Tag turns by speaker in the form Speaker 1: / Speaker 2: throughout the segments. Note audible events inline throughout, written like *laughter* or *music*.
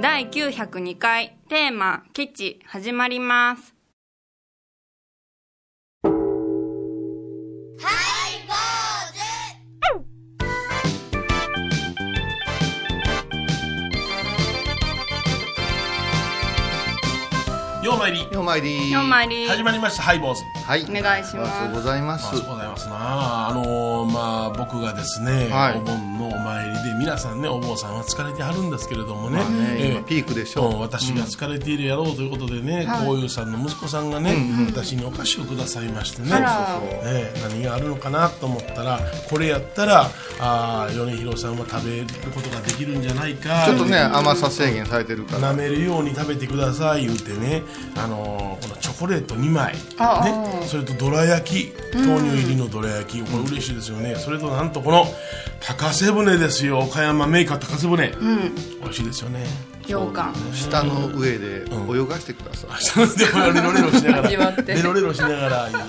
Speaker 1: 第902回テーマ「ケチ」始まります
Speaker 2: ようまいり
Speaker 3: ようまいり
Speaker 1: 今日まり
Speaker 2: 始まりましたハイボーズ
Speaker 3: はい。
Speaker 1: お願いします
Speaker 3: ありがとうございま
Speaker 2: あ
Speaker 3: す
Speaker 2: そう。ございますなあのーまあ僕がですね、
Speaker 3: はい
Speaker 2: お盆のお参りで皆さんねお坊さんは疲れてはるんですけれどもね,、
Speaker 3: まあ
Speaker 2: え
Speaker 3: ね、
Speaker 2: え
Speaker 3: 今ピークでし
Speaker 2: うん
Speaker 3: ょ
Speaker 2: 私が疲れているやろうということでね、こういうさんの息子さんがね、私にお菓子をくださいましてね
Speaker 1: あら
Speaker 2: ね何があるのかなと思ったらこれやったらあー米広さんは食べることができるんじゃないか
Speaker 3: う。ちょっとね、甘さ制限されてるから。
Speaker 2: 舐めるように食べてください言うてね、あのーこのチョコレート2枚、
Speaker 1: あ
Speaker 2: ね、それとどら焼き豆乳入りのどら焼きこれ嬉しいですよねそれとなんとこの高瀬舟ですよ岡山メーカー高瀬舟、美味しいですよね
Speaker 1: ようかん
Speaker 3: 下の上で泳がしてください。
Speaker 2: 明日のでこれをレロレロしながら
Speaker 1: 味わって
Speaker 2: レロレロしながらいや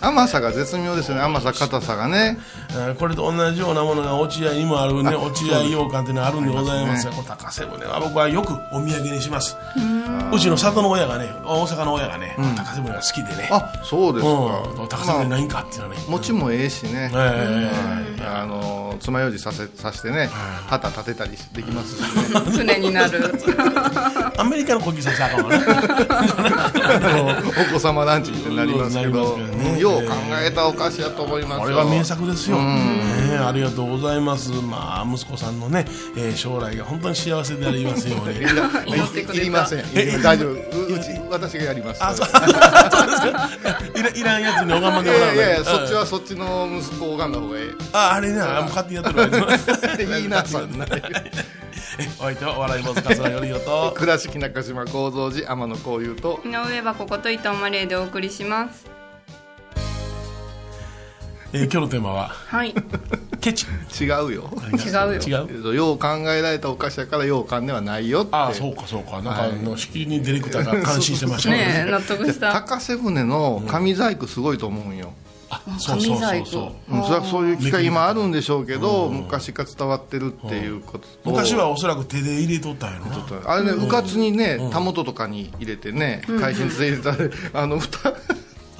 Speaker 3: 甘さが絶妙ですよね。甘さ、硬さがね。
Speaker 2: えーこれと同じようなものが落合にもあるね
Speaker 3: あ
Speaker 2: 落合洋館っていうのがあるんでございます
Speaker 3: あ
Speaker 2: が、この高瀬舟は僕はよくお土産にしますうちの里の親がね大阪の親がね、高瀬舟が好きでね
Speaker 3: あ、そうです
Speaker 2: うん、高瀬
Speaker 3: か。
Speaker 2: 舟
Speaker 3: まあ
Speaker 2: ないんかっていうのはね、
Speaker 3: 餅もええしね。
Speaker 2: え
Speaker 3: あの爪楊枝させさしてね、旗立てたりできますしね。
Speaker 1: 船に *laughs* なる
Speaker 2: えアメリカの国旗させたらあかんわな
Speaker 3: あの *laughs* お子様ランチみたいになりますけど、
Speaker 2: なりますけどね
Speaker 3: うんよう考えたお菓子だと思いますよ。
Speaker 2: これは名作ですよ、ねえありがとうございますまあ息子さんのね、えー将来が本当に幸せでありますよう
Speaker 3: *laughs*
Speaker 2: に
Speaker 1: 祈ってくれた
Speaker 3: いりません。いり大丈夫。ううち私がやります。
Speaker 2: あそう *laughs* そうですかいらいらんやつに拝まん
Speaker 3: い
Speaker 2: でもら
Speaker 3: や
Speaker 2: う
Speaker 3: いやいや、
Speaker 2: うん
Speaker 3: そっちはそっちの息子を拝んだ方がいい。
Speaker 2: ああれなもう勝手にやってるわけ
Speaker 3: *laughs* いいな、そんな。
Speaker 2: え *laughs* お相手は笑い坊主桂よりよ
Speaker 3: *laughs*
Speaker 2: と
Speaker 3: 倉敷中島幸三寺天野幸雄と。
Speaker 1: 井上はここと伊藤マリーでお送りします
Speaker 2: えー今日のテーマは
Speaker 1: はい
Speaker 2: ケチ
Speaker 3: 違うよ。
Speaker 1: 違うよ
Speaker 2: 違う
Speaker 3: よう考えられたお菓子だから、ようかんではないよって。
Speaker 2: ああそうかそうかなんかあのしきりにディレクターが感心してました
Speaker 1: ねえ納得した
Speaker 3: 高瀬舟の紙細工すごいと思うんよ。
Speaker 2: あそうそうそうそう
Speaker 3: うん、それはそういう機会今あるんでしょうけど、昔から伝わってるっていうことと。
Speaker 2: 昔はおそらく手で入れとったんやろな
Speaker 3: あれね、うかつにね、たもととかに入れてね、会心で入れたら、あの、蓋、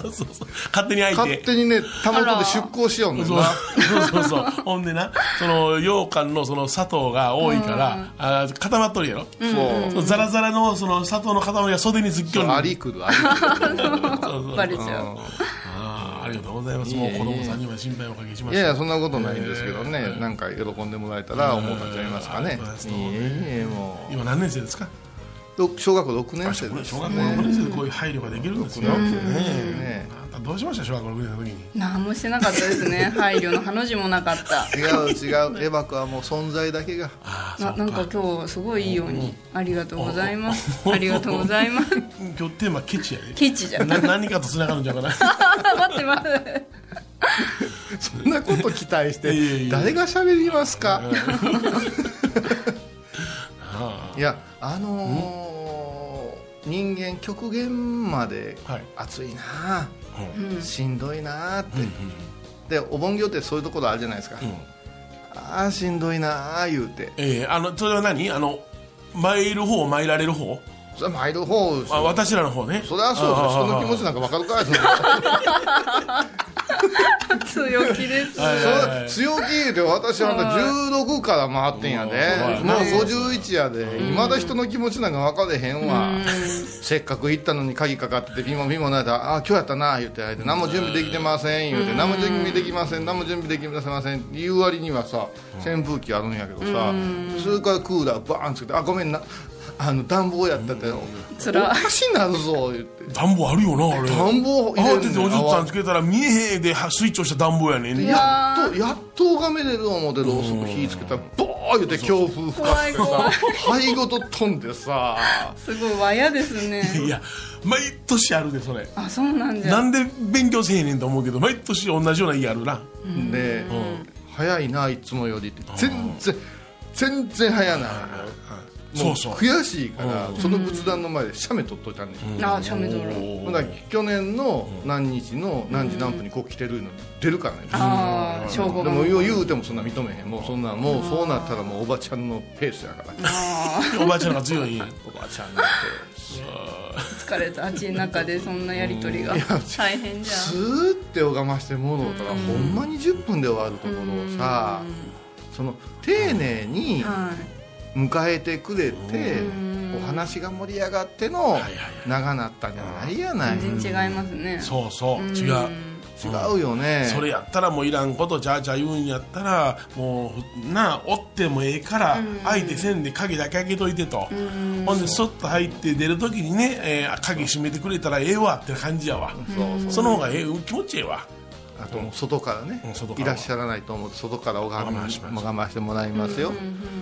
Speaker 2: そうそう勝手に開いて
Speaker 3: 勝手にね、たもとで出港しようねん
Speaker 2: そう
Speaker 3: な。
Speaker 2: そうそうそうほんでなその羊羹のその砂糖が多いから、あー固まっとるやろ、
Speaker 3: そう
Speaker 2: そのザラザラのその砂糖の塊が袖につっきょ
Speaker 3: そう。
Speaker 2: ん
Speaker 3: あ
Speaker 2: で
Speaker 3: りくる、ありくる。
Speaker 1: バレちゃう
Speaker 2: あーありがとうございますもう子供さんには心配をおかけしま
Speaker 3: い
Speaker 2: した
Speaker 3: やいや、そんなことないんですけどね、なんか喜んでもらえたら、思うかちゃいますかね。い
Speaker 2: うん
Speaker 3: えいえ、も
Speaker 2: 今何年生ですか
Speaker 3: うろ。小学校6年生
Speaker 2: 小
Speaker 3: です
Speaker 2: 学校6年生でこういう配慮ができるんですよ、ねえあなたどうしました小学校6年生の時に
Speaker 1: 何もしてなかったですね配慮のハの字もなかった
Speaker 3: 違う違う、エバクはもう存在だけが。
Speaker 2: あ
Speaker 1: な
Speaker 2: あ
Speaker 1: なんか今日すごいいいようにありがとうございますありがとうござい *laughs* ます
Speaker 2: 今日テーマケチやで
Speaker 1: ケチじゃん
Speaker 2: な何かとつながるんじゃうかな
Speaker 1: 待って待って
Speaker 3: そんなこと期待し
Speaker 2: いやいやい
Speaker 3: て、
Speaker 2: や
Speaker 3: 誰が喋りますか。 *laughs* いや、あのー人間極限まで
Speaker 2: はい
Speaker 3: 暑いな
Speaker 2: う
Speaker 3: あ、しんどいなあって。で、お盆業ってそういうところあるじゃないですか。
Speaker 2: ん
Speaker 3: ああ、しんどいなあ、言うて。
Speaker 2: ええあのそれは何あの参る方参られる方
Speaker 3: それは毎度方ですよ
Speaker 2: あ私らの方ね
Speaker 3: それはそうです人の気持ちなんか分かるかいそんな
Speaker 1: 強気です
Speaker 2: はい
Speaker 3: そんな強気言うて私はあんた16から回ってん
Speaker 2: は
Speaker 3: やで
Speaker 2: い
Speaker 3: もう51やでいまだ人の気持ちなんか分かれへんわせっかく行ったのに鍵かかっててピモピモなれたら「あ今日やったな」言うてあえて何も準備できてません」言うて「何も準備できません何も準備できません」って言う割にはさ扇風機あるんやけどさそれからクーラーバーンつけて「あごめんなあの暖房やったってお
Speaker 1: つら
Speaker 3: かしなるぞ」言って
Speaker 2: 暖房あるよなあれ
Speaker 3: 暖房入れ
Speaker 2: 慌
Speaker 3: んね
Speaker 2: て
Speaker 3: ん
Speaker 2: ておじゅっさんつけたら見えへんではスイッチ押した暖房やねんね
Speaker 3: やっとやっと拝めれる思ってろうそく火つけたらボー言って強風吹かして
Speaker 1: 怖
Speaker 3: さ灰ごと飛んでさ
Speaker 1: すごい和やですね *laughs*
Speaker 2: いや毎年あるでそれ
Speaker 1: あそうなんじゃ
Speaker 2: なんで勉強せえへんねんと思うけど毎年同じような家あるな
Speaker 3: で早いないつもよりって全然全然早ない
Speaker 2: そ
Speaker 3: も
Speaker 2: うそう
Speaker 3: 悔しいからその仏壇の前で写メ撮っといたんですよ、
Speaker 1: あシャメドロ
Speaker 3: ほんだら去年の何日の何時何分にこう来てるの出るからね、
Speaker 1: ああ称号
Speaker 3: で
Speaker 1: が
Speaker 3: もよう言うてもそんな認めへんもうそんなもうそうなったらもうおばちゃんのペースやから
Speaker 2: おばあちゃんが強い
Speaker 3: *laughs* おばちゃんのペース
Speaker 1: 疲れた街の中でそんなやりとりが大変じゃん
Speaker 3: スーって拝ましてもろうたらほんまに10分で終わるところをさその丁寧に
Speaker 1: はい
Speaker 3: 迎えてくれてお話が盛り上がっての
Speaker 2: いは
Speaker 3: 長なったんじゃないやない違
Speaker 1: 全然違いますね
Speaker 2: そうそう違う
Speaker 3: うよね
Speaker 2: それやったらもういらんことじゃあじゃあ言うんやったらもうなあおってもええから相手せんで鍵だけ開けといてとほんでそっと入って出る時にね、えー鍵閉めてくれたらええわって感じやわ
Speaker 3: そうそう
Speaker 2: その方がええ気持ちええわ
Speaker 3: あと外からね
Speaker 2: うん外から
Speaker 3: いらっしゃらないと思って外から拝み
Speaker 2: 拝まします
Speaker 3: 拝ましてもらいますよ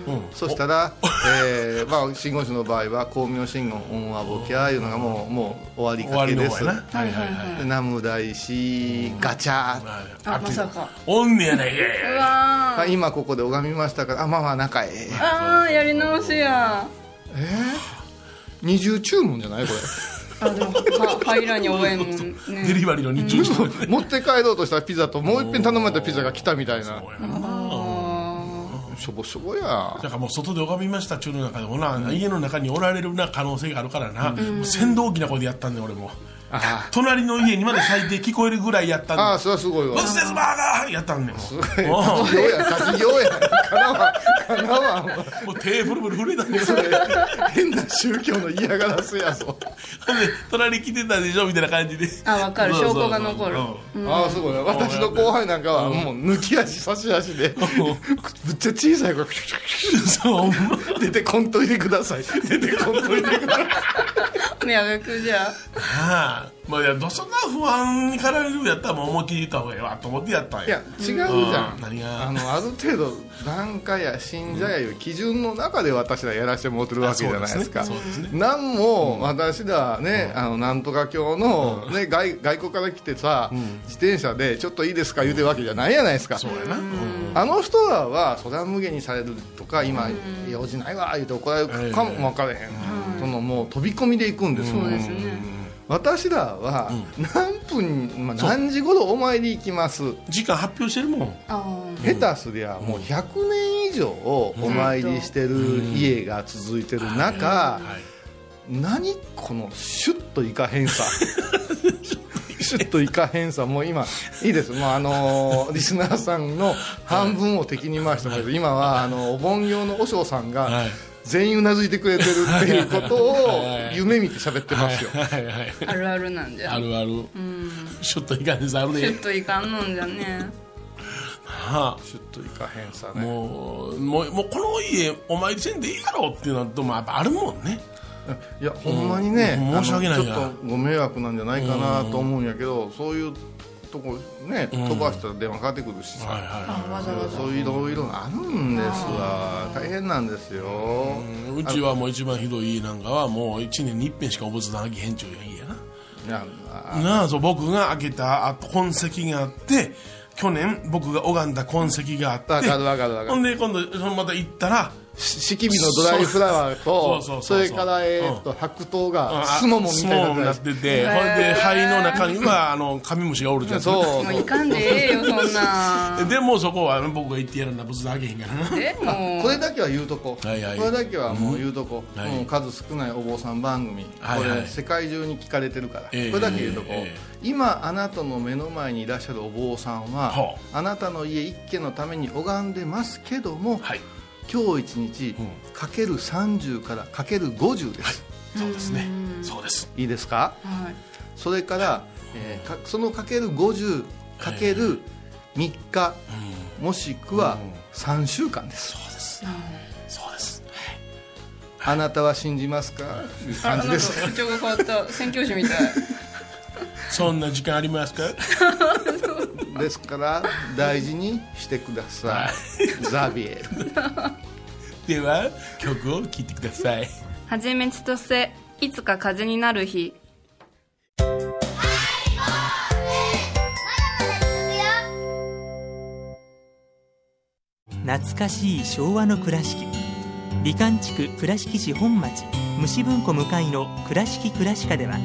Speaker 2: うん
Speaker 3: そし
Speaker 2: *laughs*
Speaker 3: たら、えーまあ、信号書の場合は光明信号オンはボキャーいうのがもうもう終
Speaker 2: 終
Speaker 3: わ
Speaker 2: わ
Speaker 3: り
Speaker 2: り
Speaker 3: か
Speaker 2: の
Speaker 3: けで
Speaker 2: 方
Speaker 3: す
Speaker 2: やなはいはいはい
Speaker 3: で南無大師ガチャー
Speaker 1: あまさか
Speaker 2: おんねやないかいうやいや
Speaker 1: わ
Speaker 3: あ今ここで拝みましたからあまあまあ仲ええ
Speaker 1: ーあーやり直しや
Speaker 3: 二重注文じゃないこ
Speaker 1: あでもは入らに応援もん
Speaker 2: デ
Speaker 1: ね
Speaker 2: リバリーの日中そう
Speaker 3: れ持って帰ろうとしたらピザともう一遍頼まれたピザが来たみたいな
Speaker 2: やな
Speaker 1: あ
Speaker 3: しょぼしょぼや
Speaker 2: だからもう外で拝みましたっちゅうの中でほな、家の中におられるな可能性があるからな、もう先導機な声でやったんで俺も
Speaker 3: あ
Speaker 2: 隣の家にまで最低聞こえるぐらいやったんで
Speaker 3: あーそれはすごいわ
Speaker 2: ブスですバーガーやったんねんもうも
Speaker 3: ようや立ちようやかなわんかなわんわ
Speaker 2: うもう手ブルブル震えたんねんそれで
Speaker 3: 変な宗教の嫌がらせやぞ
Speaker 2: 隣来てたでしょみたいな感じで
Speaker 1: あわかる
Speaker 2: そうそう
Speaker 1: 証拠が残る
Speaker 3: ああすごいな私の後輩なんかはもう抜き足差し足でぶっちゃ小さいから
Speaker 2: そう
Speaker 3: 出てこんといてください出てこんといてください
Speaker 1: ー迷惑じゃ
Speaker 2: ああまあいやどそんな不安に駆られるやったらもう思いっきり言った方がええわと思ってやったん
Speaker 3: いや
Speaker 2: や
Speaker 3: 違うじゃ
Speaker 2: うんん何が
Speaker 3: あのある程度檀家や信者やいう基準の中で私らやらしてもらってるわけじゃないですか
Speaker 2: そうですねそうですね
Speaker 3: なんも私らね、あのなんとか教の、ね、外外国から来てさ、自転車でちょっといいですか言うてるわけじゃないじゃないですか
Speaker 2: そうやなうん
Speaker 3: あの人らはそれは無限にされるとか今用事ないわ言うて怒られるかも分からへん、そのもう飛び込みで行くんですよ、
Speaker 1: そうですね
Speaker 3: 私らは何分、まあ、何時頃お参り行きます
Speaker 2: 時間発表してるもん
Speaker 1: あー
Speaker 3: 下手すりゃもう100年以上お参りしてる家が続いてる中何このシュッといかへんさシュッといかへんさもう今いいですもうあのーリスナーさんの半分を敵に回してますけど今はあのお盆用の和尚さん
Speaker 2: は
Speaker 3: が
Speaker 2: い
Speaker 3: 全員うなずいてくれてるっていうことを夢見て喋ってますよ
Speaker 2: はいはい
Speaker 1: あるあるなんじゃ
Speaker 2: あるあるちょっといかんさある
Speaker 1: ちょっ
Speaker 2: ね
Speaker 3: *laughs*
Speaker 1: といかんのんじゃね
Speaker 2: はあ
Speaker 3: シュッといかへんさね
Speaker 2: もうもうもうこの家お参りせんでいいやろっていうのともやっぱあるもんね
Speaker 3: いやほんまにね、
Speaker 2: うん
Speaker 3: あの
Speaker 2: 申し訳ない
Speaker 3: ちょ
Speaker 2: な
Speaker 3: っとご迷惑なんじゃないかなと思うんやけど、そういうとこね飛ばしたら電話かかってくる
Speaker 2: はい
Speaker 3: しさ、
Speaker 2: はい
Speaker 1: あわざわざ
Speaker 3: そういういろいろあるんですわ大変なんですよ、
Speaker 2: うちはもう一番ひどい家なんかはもう1年に一遍しかお仏壇開けへんちゅう家や
Speaker 3: いやあ
Speaker 2: ななあそう僕が開けたあ痕跡があって去年僕が拝んだ痕跡があ
Speaker 3: わ
Speaker 2: って
Speaker 3: かるわかるわか
Speaker 2: ほ
Speaker 3: る
Speaker 2: んで今度そのまた行ったら
Speaker 3: し式日のドライフラワーと
Speaker 2: そうそうそうそ
Speaker 3: そ
Speaker 2: う
Speaker 3: れから、えーっと白桃がスモモみたい
Speaker 2: スモモ
Speaker 3: な
Speaker 2: にな
Speaker 3: や
Speaker 2: っ
Speaker 3: つ
Speaker 2: ててほんで灰の中にはあのカミムシがおるじゃん
Speaker 3: そう
Speaker 1: もういかんでええよそんな
Speaker 2: でもうそこは僕が行ってやるんだ仏壇開けへんからな
Speaker 1: でも
Speaker 3: これだけは言うとこ、
Speaker 2: はいはい
Speaker 3: これだけはもう言うとこ、
Speaker 2: はい
Speaker 3: もう数少ないお坊さん番組、
Speaker 2: はいはい
Speaker 3: これ世界中に聞かれてるから、
Speaker 2: ええ
Speaker 3: これだけ言うとこ、
Speaker 2: ええ
Speaker 3: 今あなたの目の前にいらっしゃるお坊さんは、
Speaker 2: は
Speaker 3: あなたの家一軒のために拝んでますけども、
Speaker 2: はい
Speaker 3: 今日一日、かける30からかける50です、
Speaker 2: そうですねそうです
Speaker 3: い、いですか
Speaker 1: はい
Speaker 3: それから、えーかそのかける50かける3日、もしくは3週間です
Speaker 2: そうですそうです
Speaker 3: あなたは信じますかという
Speaker 1: あ
Speaker 3: 感
Speaker 1: なん
Speaker 3: じ
Speaker 1: か
Speaker 3: で
Speaker 1: 口
Speaker 3: す。
Speaker 1: 調が変わった宣教師みたい
Speaker 2: そんな時間ありますか
Speaker 3: ですから大事にしてください。ザビエル。
Speaker 2: では曲を聴いてください
Speaker 1: *laughs* はじめちとせいつか風になる日
Speaker 4: 懐かしい昭和の倉敷美観地区倉敷市本町虫文庫向かいの「倉敷倉歯科」では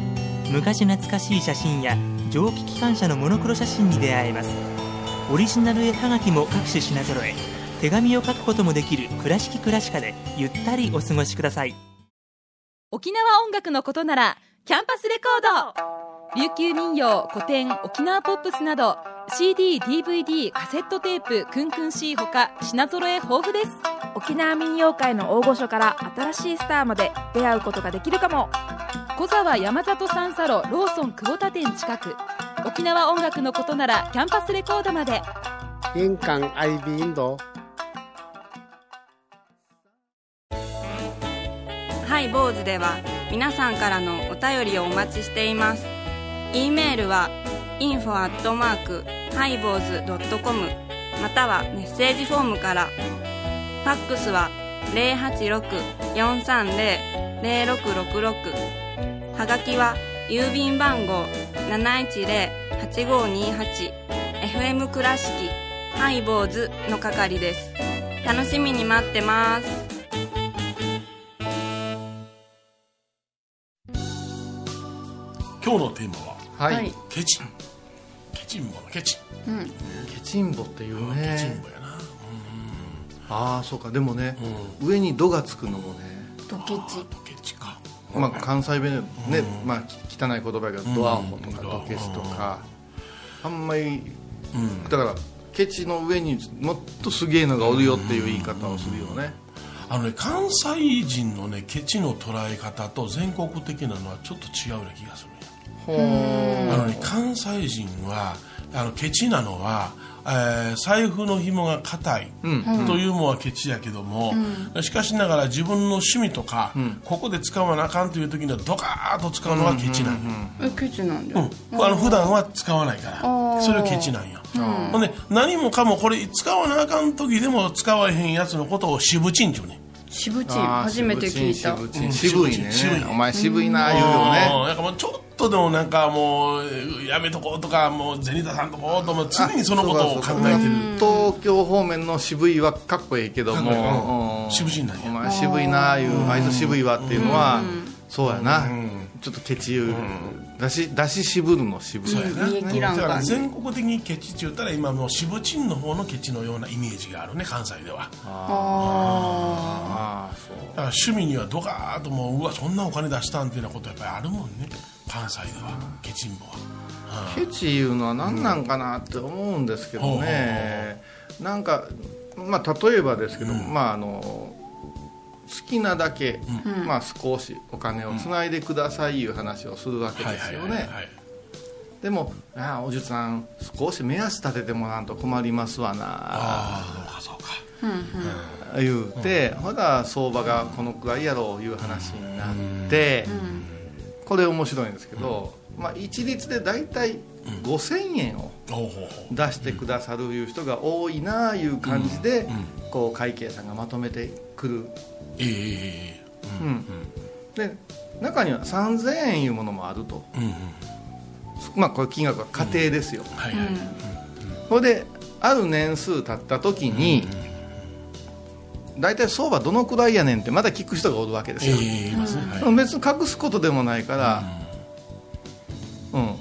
Speaker 4: 昔懐かしい写真や蒸気機関車のモノクロ写真に出会えますオリジナル絵はがきも各種品揃え手紙を書くこともできる「倉敷倉歯科」でゆったりお過ごしください
Speaker 5: 沖縄音楽のことならキャンパスレコード琉球民謡古典沖縄ポップスなど CDDVD カセットテープクンクン C ほか品揃え豊富です
Speaker 6: 沖縄民謡界の大御所から新しいスターまで出会うことができるかも
Speaker 5: 小沢山里三佐路ローソン久保田店近く沖縄音楽のことならキャンパスレコードまで
Speaker 7: 玄関アイビーインド
Speaker 1: ハイボーズでは皆さんからのお便りをお待ちしています。e メールは info アットマークハイボーズドットコムまたはメッセージフォームから。ファックスは086-430-0666はがきは郵便番号710-8528 FM 倉敷ハイボーズの係です。楽しみに待ってます。
Speaker 2: 今日のテーマは
Speaker 3: はい、
Speaker 1: はい
Speaker 2: ケチケチンボのケチ
Speaker 3: ケチンボっていう
Speaker 2: ケチン
Speaker 3: ね
Speaker 2: ボやな
Speaker 3: ああそうかでもね、上に「ド」がつくのもね
Speaker 1: ドケチ。
Speaker 2: ドケチか
Speaker 3: まあ、関西弁でね、まあ、き汚い言葉がドアホとか
Speaker 2: うん
Speaker 3: ドケスとか、あんまり、だからケチの上にもっとすげえのがおるよっていう言い方をするよね、
Speaker 2: あのね関西人のねケチの捉え方と全国的なのはちょっと違うような気がするんやあのね、関西人はあのケチなのは、えー財布の紐が硬い、というのはケチやけども、しかしながら自分の趣味とか、ここで使わなあかんという時にはドカーッと使うのはケチなんや、
Speaker 1: えケチなんだ
Speaker 2: うんあの普段は使わないからそれをケチなんや、ほんで何もかもこれ使わなあかん時でも使わへんやつのことを渋ちんちゅうね
Speaker 1: しぶちん
Speaker 3: あー
Speaker 1: 初めて聞いた
Speaker 3: 渋
Speaker 2: うん
Speaker 3: い渋いね
Speaker 2: 渋い
Speaker 3: お前渋いな言うよね
Speaker 2: なんかもうちょっとでもなんかもうやめとこうとかもう銭田さんとこうとも常にそのことを考えてる
Speaker 3: 東京方面の渋いはかっこいいけど
Speaker 2: う
Speaker 3: も、
Speaker 2: ん渋いなんや
Speaker 3: お前渋いなあいう、あいつ渋いわっていうのは、そうやな、ちょっとケチ言う、だしだし渋るの渋い
Speaker 2: そうやな
Speaker 1: 見え切らん
Speaker 2: だ
Speaker 1: 感じ
Speaker 2: から全国的にケチって言ったら今もう渋チンの方のケチのようなイメージがあるね関西では
Speaker 3: ああそう
Speaker 2: だから趣味にはドカーッともううわそんなお金出したんっていうようなことやっぱりあるもんね関西ではケチンボは
Speaker 3: ケチいうのは何なんかなって思うんですけどね、なんか、まあ、例えばですけど、まあ、あの好きなだけ、まあ、少しお金をつないでくださいいう話をするわけ
Speaker 2: はい
Speaker 3: で
Speaker 2: は
Speaker 3: す
Speaker 2: い
Speaker 3: よ
Speaker 2: はい
Speaker 3: ね
Speaker 2: はい
Speaker 3: でもああおじさん少し目安立ててもらわんと困りますわな
Speaker 2: ああそうかそうか
Speaker 3: 言うて、ほら相場がこのくらいやろういう話になって、これ面白いんですけど、まあ、一律で大体5000円を。
Speaker 2: ほうほうほう
Speaker 3: 出してくださるいう人が多いなあいう感じで、こう会計さんがまとめてくる、
Speaker 2: えええ
Speaker 3: うんで中には3000円いうものもあると、
Speaker 2: えええうんうん
Speaker 3: まあ、これ金額は家庭ですよ、
Speaker 2: はいはい
Speaker 3: それである年数経った時に、大体相場どのくらいやねんってまた聞く人がおるわけです
Speaker 2: え
Speaker 3: よ、
Speaker 2: えいますねはい
Speaker 3: 別に隠すことでもないから、うん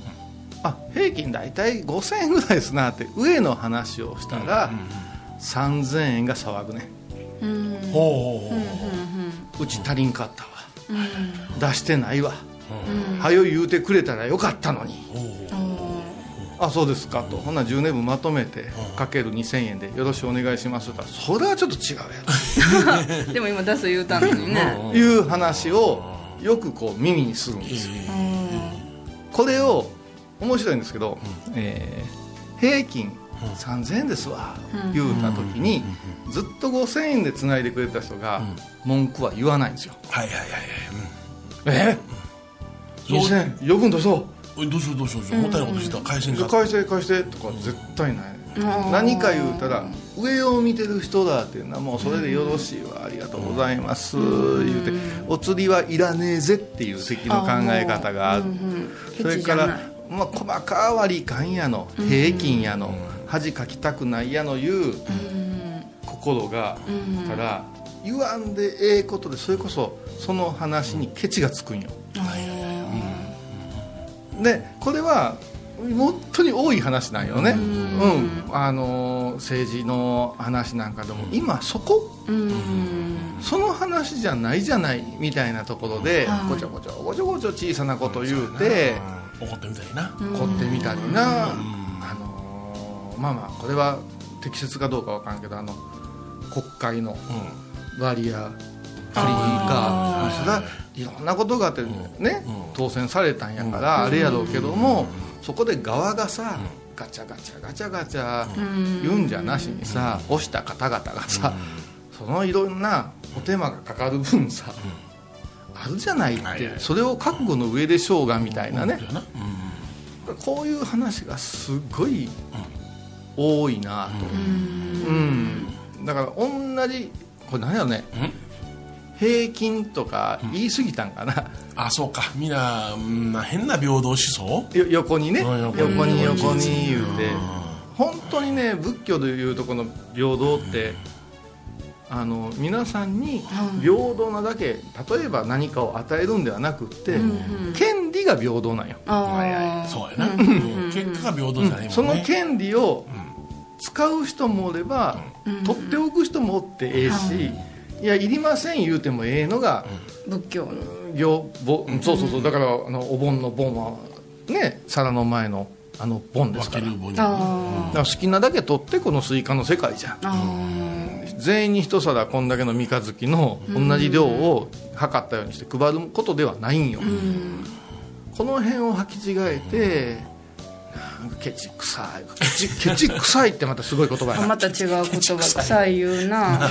Speaker 3: あ平均大体5000円ぐらいですなって上の話をしたら、3000円が騒ぐね
Speaker 2: ほうほうほう
Speaker 3: うち足りんかったわ、出してないわ、はよ言うてくれたらよかったのに、あそうですかとほな10年分まとめてかける2000円でよろしくお願いしますとそれはちょっと違う
Speaker 1: *laughs*
Speaker 3: や
Speaker 1: でも今出す言うたのにね
Speaker 3: ろ *laughs* いう話をよくこう耳にするんですよこれを面白いんですけど、えー平均3000円ですわ、言うた時に、ずっと5000円でつないでくれた人が、文句は言わないんですよ、
Speaker 2: はいはいはいはい
Speaker 3: え
Speaker 2: そう
Speaker 3: 2000円よくんとそう
Speaker 2: おいどうしようどうしようもったいないことしてたら返せんかった
Speaker 3: 返して返してとか絶対ない何か言うたら上を見てる人だっていうのはもうそれでよろしいわありがとうございます言うてお釣りはいらねえぜっていう敵の考え方があるそれからまあ細か割り勘やの平均やの恥かきたくないやのいう心がから言わんでええことでそれこそその話にケチがつくんよでこれは本当に多い話なんよね、うんあの政治の話なんかでも今そこその話じゃないじゃないみたいなところでごちょごちょごちょごちょ小さなこと言うて
Speaker 2: 怒ってみたいな
Speaker 3: 凝ってみたりな、あのまあまあこれは適切かどうかわからんけどあの国会の割やフリーかそれはいろんなことがあってね、
Speaker 2: うん
Speaker 3: 当選されたんやから、あれやろうけども、そこで側がさ、ガチャガチャガチャガチャ言うんじゃなしにさ、押した方々がさ、そのいろんなお手間がかかる分さ、あるじゃないって、
Speaker 2: はいはい
Speaker 3: それを覚悟の上でしょうがみたいなね、
Speaker 2: そうやな
Speaker 3: こういう話がすごい多いなと、うんだから同じこれ何やろね
Speaker 2: うん
Speaker 3: 平均とか言い過ぎたんかな、
Speaker 2: あそうかみんなうんな変な平等思想
Speaker 3: よ横にね
Speaker 2: うん
Speaker 3: 横
Speaker 2: 横
Speaker 3: に
Speaker 2: に
Speaker 3: 横に言うて本当にね仏教でいうとこの平等ってあの皆さんに平等なだけ例えば何かを与えるんではなくって権利が平等なんよ
Speaker 2: そうやなうん結果が平等じゃないもんね
Speaker 3: その権利を使う人もおれば、取っておく人もおってええし、いやいりません言うてもええのが、
Speaker 8: 仏教の
Speaker 3: 行ぼそうそうそうだからあのお盆の盆はね皿の前のあの盆です
Speaker 2: 分
Speaker 3: か
Speaker 2: け
Speaker 3: ら
Speaker 2: る
Speaker 3: だ
Speaker 2: 分に
Speaker 8: あ
Speaker 3: から好きなだけ取ってこのスイカの世界じゃん
Speaker 8: ーあ
Speaker 3: 全員に一皿こんだけの三日月の同じ量を測ったようにして配ることではないんよ、
Speaker 8: ーうん
Speaker 3: この辺を履き違えて、なんかケチ臭いケチケチ臭いってまたすごい言葉や
Speaker 8: あ
Speaker 3: な
Speaker 8: また違う言葉臭い言うな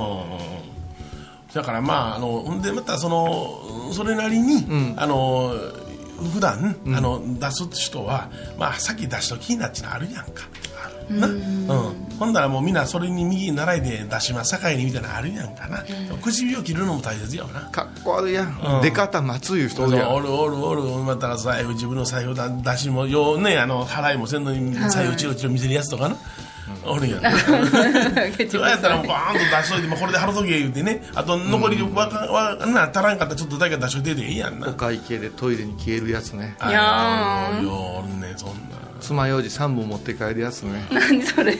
Speaker 2: うんだからまああのほんでまたそのそれなりに、あの普段、あの出す人は、まあ、先出しときなっちのあるやんかなうん、ほんだらもうみんなそれに右に習いで出しますさかいにみたいなのあるやんかな、唇を切るのも大切やわな
Speaker 3: かっこ悪いやん、
Speaker 2: うん
Speaker 3: 出方待ついう人
Speaker 2: お
Speaker 3: おる
Speaker 2: る
Speaker 3: やん
Speaker 2: おるおるおるまた財布自分の財布だ出しもようねあの払いもせんのに財布チロチロ見せるやつとかな、おるんやん
Speaker 8: ケチ
Speaker 2: そうやったらもう
Speaker 8: 臭い
Speaker 2: バーンと出しといて、まあ、これで貼るとき言うてねあと残りわか、わな足らんかったらちょっとだけ出しといてでいいやん
Speaker 3: お
Speaker 2: な
Speaker 3: 会計でトイレに消えるやつね
Speaker 2: あ
Speaker 8: やー
Speaker 2: ようおるねそんな
Speaker 3: 爪楊枝3本持って帰るやつ
Speaker 8: *laughs*
Speaker 3: ね
Speaker 8: 何それ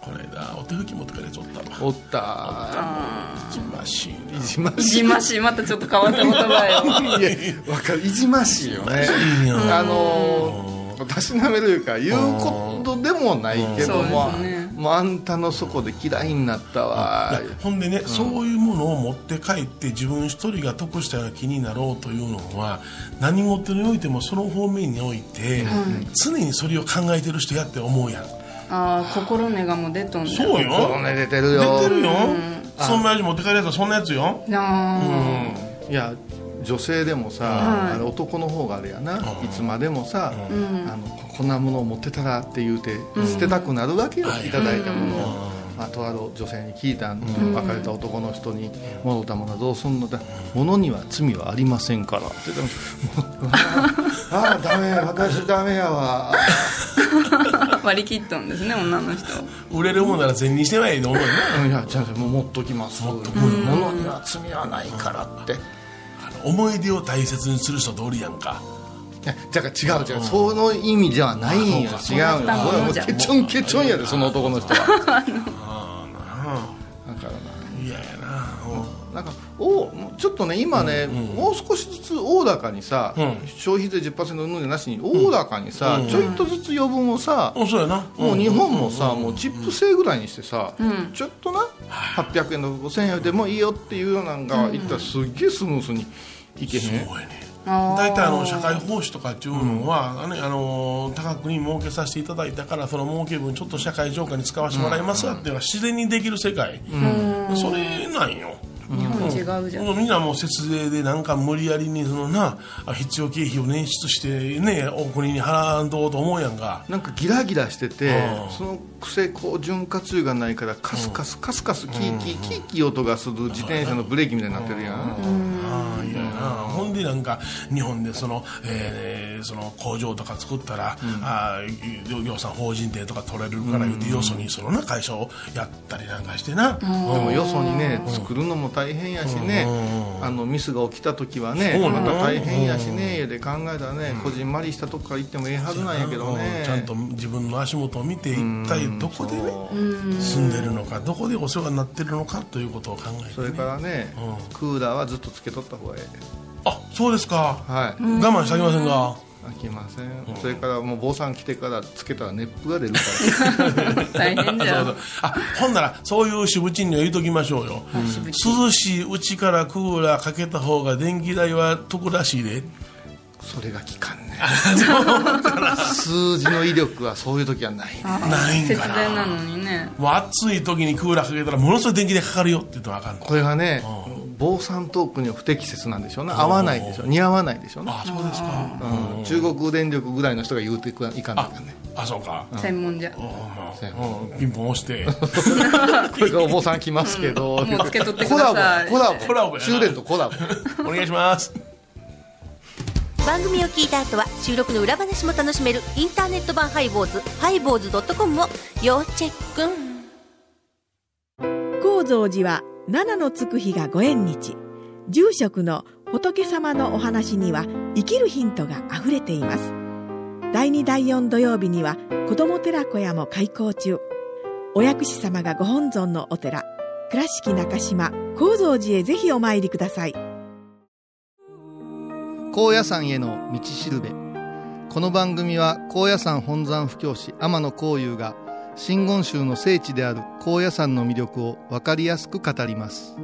Speaker 2: この間お手拭き持ってかれちゃったわ
Speaker 3: おった
Speaker 2: いじましい
Speaker 3: いじま
Speaker 8: い
Speaker 3: しい
Speaker 8: じましいまたちょっと変わった言葉よ
Speaker 3: いやわかるいじましいよね
Speaker 2: いいよ
Speaker 3: あのーたしなめるいうか言うことでもないけども、
Speaker 8: うんそうです
Speaker 3: もうあんたのそこで嫌いになったわ
Speaker 2: *laughs* いやほんでね、そういうものを持って帰って自分一人が得したような気になろうというのは何事においてもその方面において、常にそれを考えてる人やって思うやん、
Speaker 8: *laughs* ああ心根がもう出とんだ
Speaker 2: そうよ
Speaker 3: 心根出てるよ
Speaker 2: 出てるよ、そんな味持って帰るやつはそんなやつよ
Speaker 8: あ
Speaker 3: いや女性でもさ、あれ男の方があれやな、いつまでもさ、あのここんなものを持ってたらって言うて捨てたくなるわけよ、いただいたものを、まあ、とある女性に聞いたん、別れた男の人に「もろたものはどうすんの?」って「物には罪はありませんから」って言ってもう「ああダメ私ダメやわ」
Speaker 8: あ *laughs* 割り切っとんですね女の人
Speaker 2: 売れるもんなら善にしてないと思うよな
Speaker 3: *laughs* うん「いやじゃあもう持っときます」物には罪はないから」って。
Speaker 2: 思い出を大切にする人とおるやんか
Speaker 3: いやだから違う違う、その意味ではないん
Speaker 2: あ
Speaker 3: よ違うよそれはもうケチョンケチョンやでその男の人はだ *laughs* から
Speaker 2: 嫌やなうん
Speaker 3: ななんかおもうちょっとね今ね、もう少しずつおおらかにさ、
Speaker 2: うん
Speaker 3: 消費税10%のじゃなしにおおらかにさ、ちょいとずつ余分をさ、
Speaker 2: うんそうやな
Speaker 3: もう日本もさ、もうチップ制ぐらいにしてさ、ちょっとな800円とか5000円でもいいよっていうようなんがいったらすっげえスムースにいけへん、
Speaker 2: そうやね大体あの社会奉仕とかっていうのは、あのねあの多額に儲けさせていただいたからその儲け分ちょっと社会浄化に使わせてもらいますわっていうのは自然にできる世界、それなんよ、
Speaker 8: 日本違うじゃん
Speaker 2: もうみんなもう節税でなんか無理やりにそのなあ必要経費を捻出してねお国に払わんとうと思うやんか
Speaker 3: なんかギラギラしてて
Speaker 2: うん
Speaker 3: そのくせこう潤滑油がないからカスカスカスカスキーキーキーキー音がする自転車のブレーキみたいになってるやん
Speaker 2: ああ嫌やなうんほんでなんか日本でその、えーその工場とか作ったら、あー業業産法人税とか取れるから言って、よそにそのな会社をやったりなんかしてな、
Speaker 3: でもよそにね作るのも大変やしねあのミスが起きた時はね
Speaker 2: そうな
Speaker 3: ま
Speaker 2: の
Speaker 3: た大変やしねで考えたらねこじんまりしたとこから行ってもええはずなんやけど
Speaker 2: う
Speaker 3: ね
Speaker 2: んちゃんと自分の足元を見て一体どこでね住んでるのかどこでお世話になってるのかということを考えて
Speaker 3: それからねクーラーはずっとつけとった方がえ
Speaker 2: あそうです
Speaker 3: え
Speaker 2: か
Speaker 3: はい
Speaker 2: 我慢してあげませんが
Speaker 3: 飽きませんそれからもう坊さん来てからつけたら熱風が出るか
Speaker 8: 大変じ
Speaker 2: そ
Speaker 8: ゃ
Speaker 2: うそ
Speaker 8: ん
Speaker 2: うあほんならそういう渋地には言うときましょうよ、涼しいうちからクーラーかけた方が電気代は得らしいで
Speaker 3: らそれが効かんね数字の威力はそういう時はないね
Speaker 2: ないん
Speaker 8: 節
Speaker 2: か
Speaker 8: 電な
Speaker 2: な
Speaker 8: のにね
Speaker 2: もう暑い時にクーラーかけたらものすごい電気代かかるよって言うとわかんない
Speaker 3: これがね坊さんトークには不適切なんでしょうね合わないでしょう似合わないでしょうね
Speaker 2: あそうですか
Speaker 3: うん中国電力ぐらいの人が言うていかないかんの
Speaker 2: あ
Speaker 3: かね
Speaker 2: あそうか、
Speaker 8: 専門じゃ
Speaker 2: おうまあ
Speaker 3: そうや
Speaker 2: うんピンポン押して
Speaker 3: これがお坊さん来ますけど、
Speaker 8: もうつけとってく
Speaker 3: コ
Speaker 8: だ
Speaker 3: ラ
Speaker 8: さい
Speaker 3: ボコラボ
Speaker 2: コラボやな
Speaker 3: 終電とコラボ
Speaker 2: お願いします
Speaker 9: 番組を聞いた後は収録の裏話も楽しめるインターネット版ハイボーズハイボーズ .com を要チェック
Speaker 10: 高蔵寺は七のつく日がご縁日住職の仏様のお話には生きるヒントがあふれています第2第4土曜日には子ども寺小屋も開校中お薬師様がご本尊のお寺倉敷中島・高蔵寺へぜひお参りください
Speaker 3: 高野山への道しるべこの番組は高野山本山布教師天野幸雄が真言宗の聖地である高野山の魅力を分かりやすく語ります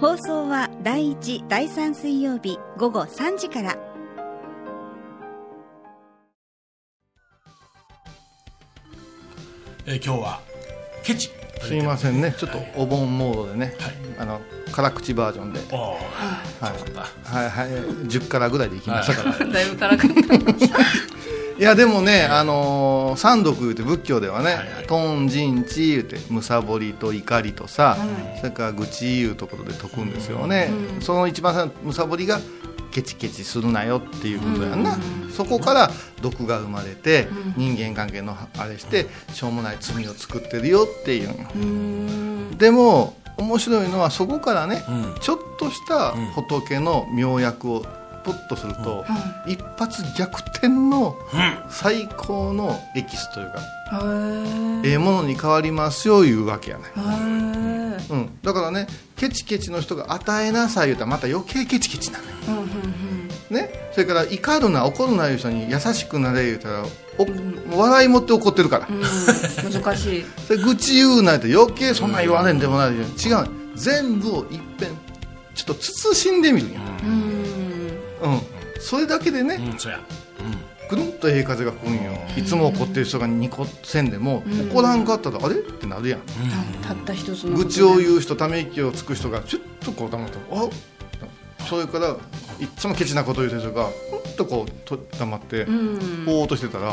Speaker 9: 放送は第1第3水曜日午後3時から
Speaker 2: えー今日はケチ
Speaker 3: すいませんねちょっとお盆モードでね、
Speaker 2: はい
Speaker 3: あの辛口バージョンで、
Speaker 2: おお
Speaker 3: はい
Speaker 2: よかっ
Speaker 3: はいはい、10からぐらいでいきましたから、い
Speaker 8: だいぶ辛かった
Speaker 3: やでもね、あのー三毒言うて仏教ではね、
Speaker 2: いはい
Speaker 3: トンジンチ言うてむさぼりと怒りとさ、それから愚痴いうところで解くんですよね、その一番最初のむさぼりがケチケチするなよっていうことやんな、そこから毒が生まれて、人間関係のあれしてしょうもない罪を作ってるよっていうのよでも面白いのはそこからね、
Speaker 2: うん
Speaker 3: ちょっとした仏の妙薬をポッとすると、一発逆転の最高のエキスというか、ええものに変わりますよいうわけやね、うん、だからねケチケチの人が与えなさい言うたらまた余計ケチケチなのよ、ね、それから怒るな怒るないう人に優しくなれ言うたらお笑い持って怒ってるから、
Speaker 8: うん難しい
Speaker 3: それ愚痴言うないと余計そんなん言わねんでもないで違う全部をいっぺんちょっと慎んでみるんやうんそれだけでね
Speaker 2: うんそや
Speaker 3: ぐるんとええ風が吹くんよいつも怒ってる人がニコせんでも怒らんかったらあれってなるやん
Speaker 8: たった一つの
Speaker 3: 愚痴を言う人ため息をつく人がちょっとこう黙ってあそれからいっつもケチなこと言うてる人がふっとこうと黙ってぼーっとしてたらあ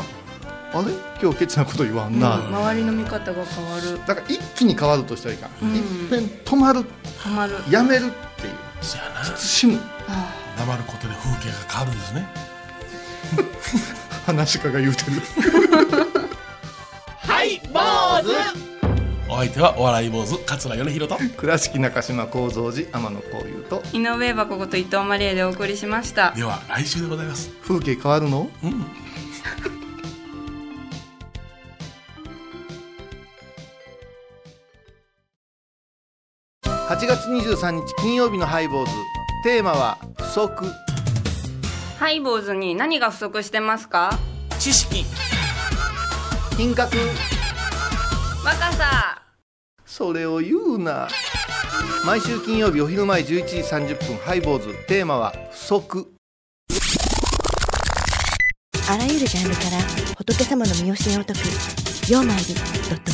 Speaker 3: れ今日ケチなこと言わんな、
Speaker 8: 周りの見方が変わる
Speaker 3: だから一気に変わるとしたらいかん、いっぺん止まる
Speaker 8: はまる
Speaker 3: やめるっていう
Speaker 2: そやな
Speaker 3: 慎む
Speaker 2: 黙ることで風景が変わるんですね
Speaker 3: 話し家が言うてる
Speaker 2: *laughs* お相手はお笑い坊主桂米
Speaker 3: *laughs*
Speaker 2: 宏と
Speaker 3: 倉敷中島幸三寺天野幸雄と
Speaker 8: 井上箱こと伊藤マリエでお送りしました
Speaker 2: では来週でございます
Speaker 3: 風景変わるの8月23日金曜日のハイボーズテーマは不足
Speaker 1: ハイボーズに何が不足してますか
Speaker 2: 知識
Speaker 3: 品格
Speaker 1: 若さ
Speaker 3: それを言うな毎週金曜日お昼前11時30分ハイボーズテーマは不足
Speaker 9: あらゆるジャンルから仏様の身教えを解く「曜マイルドット